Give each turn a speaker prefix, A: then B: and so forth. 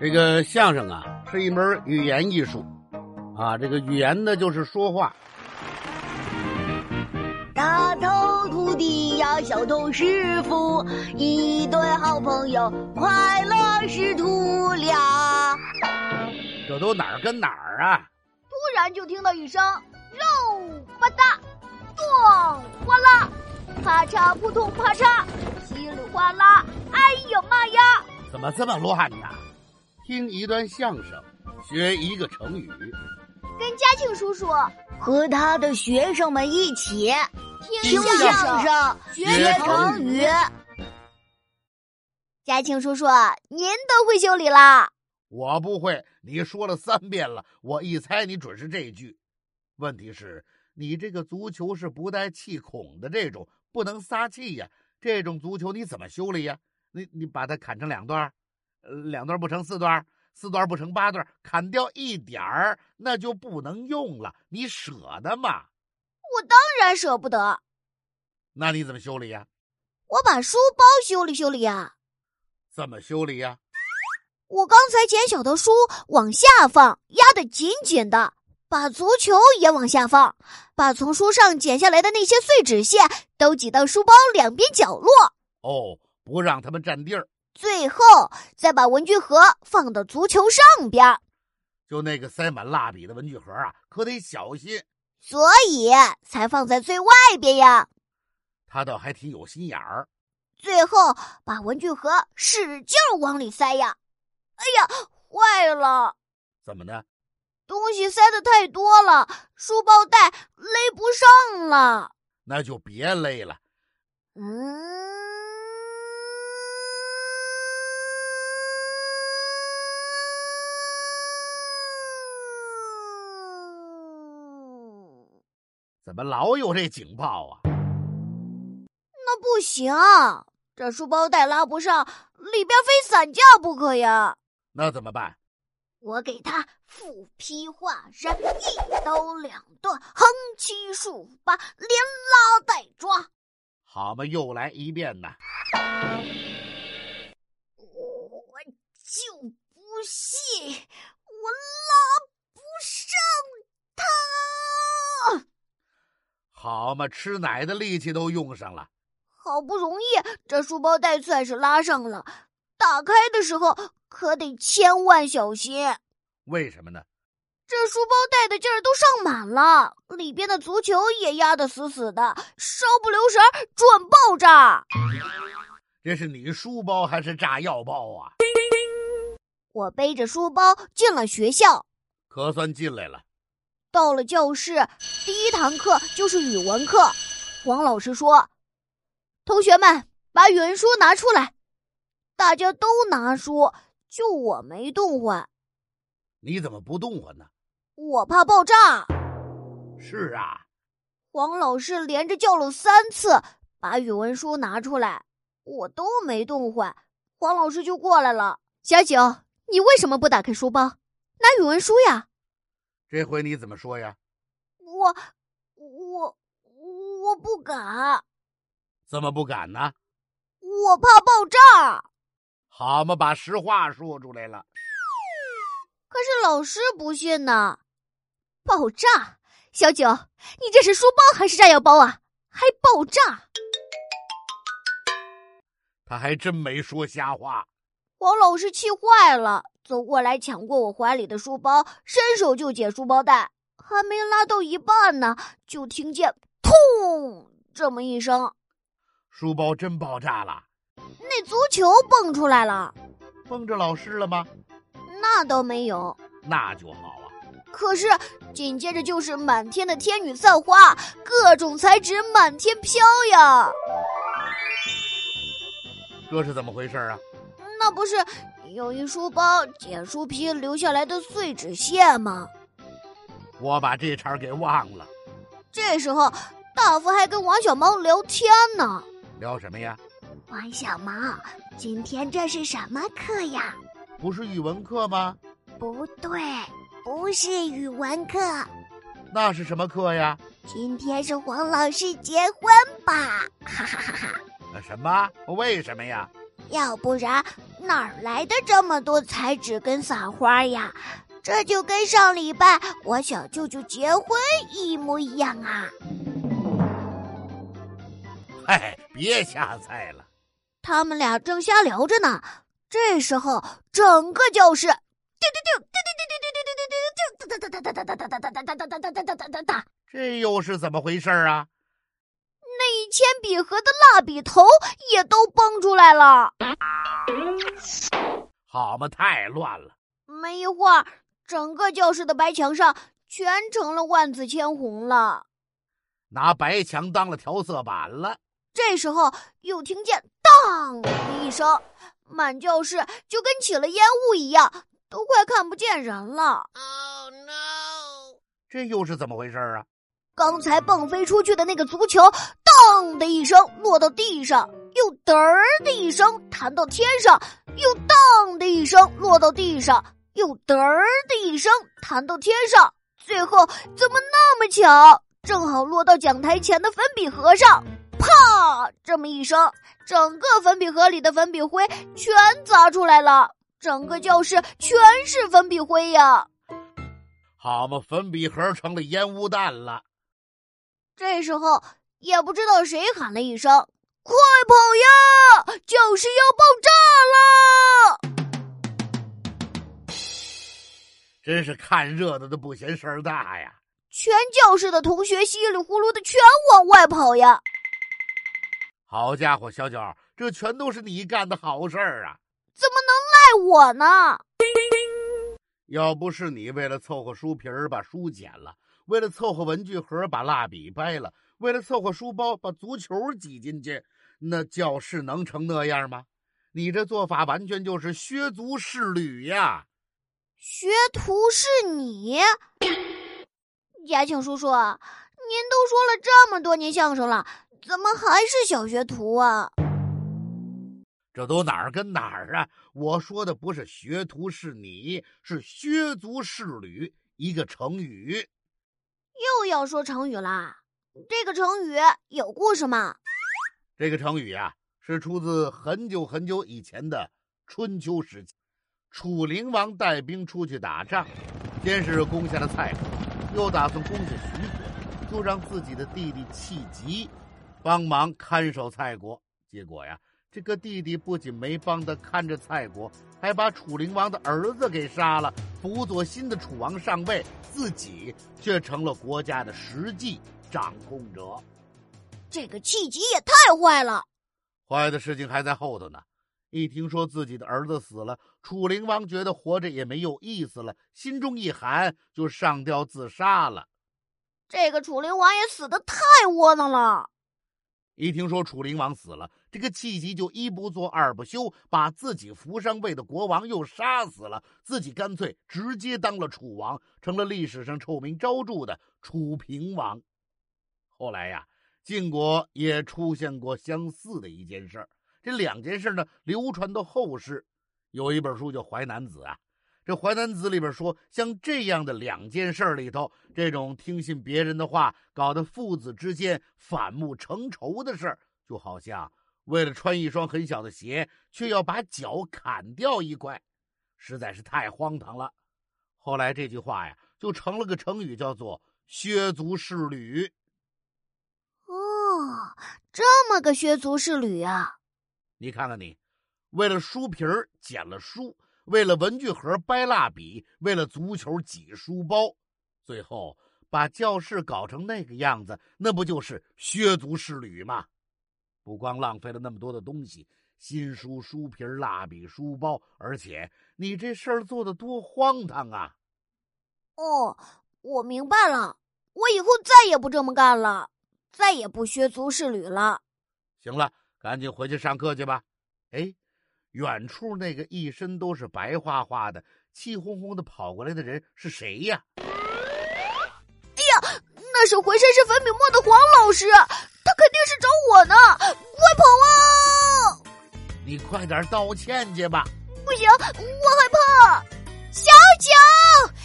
A: 这个相声啊，是一门语言艺术，啊，这个语言呢就是说话。
B: 大头徒弟呀，小头师傅，一对好朋友，快乐师徒俩。
A: 这都哪儿跟哪儿啊？
B: 突然就听到一声肉吧嗒，咚哗啦，啪嚓扑通啪嚓，稀里哗啦，哎呦妈呀！
A: 怎么这么乱呢？听一段相声，学一个成语，
B: 跟嘉庆叔叔和他的学生们一起听
A: 听相
B: 相声、学成语。嘉庆叔叔，您都会修理啦？
A: 我不会。你说了三遍了，我一猜你准是这句。问题是，你这个足球是不带气孔的这种，不能撒气呀。这种足球你怎么修理呀？你你把它砍成两段儿，呃两段儿不成四段儿，四段儿不成八段儿，砍掉一点儿，那就不能用了。你舍得吗？
B: 当然舍不得，
A: 那你怎么修理呀？
B: 我把书包修理修理啊。
A: 怎么修理呀？
B: 我刚才捡小的书往下放，压得紧紧的，把足球也往下放，把从书上剪下来的那些碎纸屑都挤到书包两边角落，
A: 哦，不让他们占地儿。
B: 最后再把文具盒放到足球上边儿。
A: 就那个塞满蜡笔的文具盒啊，可得小心。
B: 所以才放在最外边呀。
A: 他倒还挺有心眼儿。
B: 最后把文具盒使劲儿往里塞呀，哎呀，坏了！
A: 怎么呢？
B: 东西塞的太多了，书包带勒不上了。
A: 那就别勒了。
B: 嗯。
A: 怎么老有这警报啊？
B: 那不行，这书包带拉不上，里边非散架不可呀！
A: 那怎么办？
B: 我给他斧劈华山，一刀两断，横七竖八，连拉带抓。
A: 好嘛，又来一遍呐！
B: 我就不信我拉不上他！
A: 好嘛，吃奶的力气都用上了。
B: 好不容易这书包带算是拉上了，打开的时候可得千万小心。
A: 为什么呢？
B: 这书包带的劲儿都上满了，里边的足球也压得死死的，稍不留神儿准爆炸。
A: 这是你书包还是炸药包啊？
B: 我背着书包进了学校，
A: 可算进来了。
B: 到了教室，第一堂课就是语文课。黄老师说：“同学们，把语文书拿出来。”大家都拿书，就我没动换，
A: 你怎么不动换呢？
B: 我怕爆炸。
A: 是啊，
B: 黄老师连着叫了三次，把语文书拿出来，我都没动换。黄老师就过来了：“小九，你为什么不打开书包，拿语文书呀
A: 这回你怎么说呀？？”
B: 我，我，我不敢，
A: 怎么不敢呢？
B: 我怕爆炸。
A: 好嘛，把实话说出来了。
B: 可是老师不信呢。爆炸，小九，你这是书包还是炸药包啊？还爆炸！
A: 他还真没说瞎话。
B: 黄老师气坏了，走过来抢过我怀里的书包，伸手就解书包带，还没拉到一半呢，就听见“砰”这么一声，
A: 书包真爆炸了，
B: 那足球蹦出来了。
A: 蹦着老师了吗？
B: 那倒没有，
A: 那就好啊。
B: 可是紧接着就是满天的天女散花，各种彩纸满天飘呀。
A: 这是怎么回事啊？
B: 那不是有一书包捡书皮留下来的碎纸屑吗？
A: 我把这茬儿给忘了。
B: 这时候，大福还跟王小毛聊天呢。
A: 聊什么呀？
B: 王小毛，今天这是什么课呀？
A: 不是语文课吗？
B: 不对，不是语文课，
A: 那是什么课呀？
B: 今天是黄老师结婚吧？哈哈哈哈！
A: 呃什么？为什么呀？
B: 要不然哪儿来的这么多彩纸跟撒花呀？这就跟上礼拜我小舅舅结婚一模一样啊！
A: 哎，别瞎猜了。
B: 他们俩正瞎聊着呢，这时候整个教室，丢丢丢丢丢丢丢丢丢丢丢，哒哒哒哒哒哒哒哒哒哒哒哒哒哒哒哒。
A: 这又是怎么回事儿啊？
B: 那铅笔盒的蜡笔头也都蹦出来了。
A: 好嘛，太乱了。
B: 没一会儿，整个教室的白墙上全成了万紫千红了。
A: 拿白墙当了调色板了。
B: 这时候又听见“当”的一声，满教室就跟起了烟雾一样，都快看不见人了。
C: Oh no！
A: 这又是怎么回事儿啊？
B: 刚才蹦飞出去的那个足球，当的一声落到地上，又嘚儿的一声弹到天上，又当的一声落到地上，又嘚儿的一声弹到天上，最后怎么那么巧，正好落到讲台前的粉笔盒上，啪！这么一声，整个粉笔盒里的粉笔灰全砸出来了，整个教室全是粉笔灰呀！
A: 好嘛，粉笔盒成了烟雾弹了。
B: 这时候也不知道谁喊了一声：“快跑呀！教室要爆炸了
A: 真是看热闹的不嫌事儿大呀！！”
B: 全教室的同学稀里呼噜的全往外跑呀！
A: 好家伙，小九，这全都是你干的好事儿啊！
B: 怎么能赖哎我呢？
A: 要不是你为了凑合书皮儿把书剪了，为了凑合文具盒把蜡笔掰了，为了凑合书包把足球挤进去，那教室能成那样吗？你这做法完全就是削足适履呀！
B: 学徒是你，雅庆叔叔，您都说了这么多年相声了，怎么还是小学徒啊？
A: 这都哪儿跟哪儿啊？我说的不是学徒是你，是削足适履，一个成语。
B: 又要说成语啦？这个成语有故事吗？
A: 这个成语啊，是出自很久很久以前的春秋时期，楚灵王带兵出去打仗，先是攻下了蔡国，又打算攻下徐国，就让自己的弟弟弃疾帮忙看守蔡国。结果呀，这个弟弟不仅没帮他看着蔡国，还把楚灵王的儿子给杀了，辅佐新的楚王上位，自己却成了国家的实际掌控者。
B: 这个气急也太坏了。
A: 坏的事情还在后头呢。一听说自己的儿子死了，楚灵王觉得活着也没有意思了，心中一寒，就上吊自杀了。
B: 这个楚灵王也死的太窝囊了。
A: 一听说楚灵王死了，这个气急就一不做二不休，把自己扶上位的国王又杀死了，自己干脆直接当了楚王，成了历史上臭名昭著的楚平王。后来呀，晋国也出现过相似的一件事儿，这两件事呢流传到后世。有一本书叫《淮南子》啊，这《淮南子》里边说，像这样的两件事儿里头，这种听信别人的话，搞得父子之间反目成仇的事儿，就好像为了穿一双很小的鞋，却要把脚砍掉一块，实在是太荒唐了。后来这句话呀，就成了个成语，叫做“削足适履”。
B: 哦，这么个削足适履啊！
A: 你看看你，为了书皮儿捡了书，为了文具盒掰蜡笔，为了足球挤书包，最后把教室搞成那个样子，那不就是削足适履吗？不光浪费了那么多的东西，新书、书皮儿、蜡笔、书包，而且你这事儿做的多荒唐啊！
B: 哦，我明白了，我以后再也不这么干了，再也不削足适履了。
A: 行了，赶紧回去上课去吧。哎，远处那个一身都是白花花的、气哄哄的跑过来的人是谁呀？
B: 那是浑身是粉笔墨的黄老师，他肯定是找我呢！快跑啊！
A: 你快点道歉去吧。
B: 不行，我害怕。小九，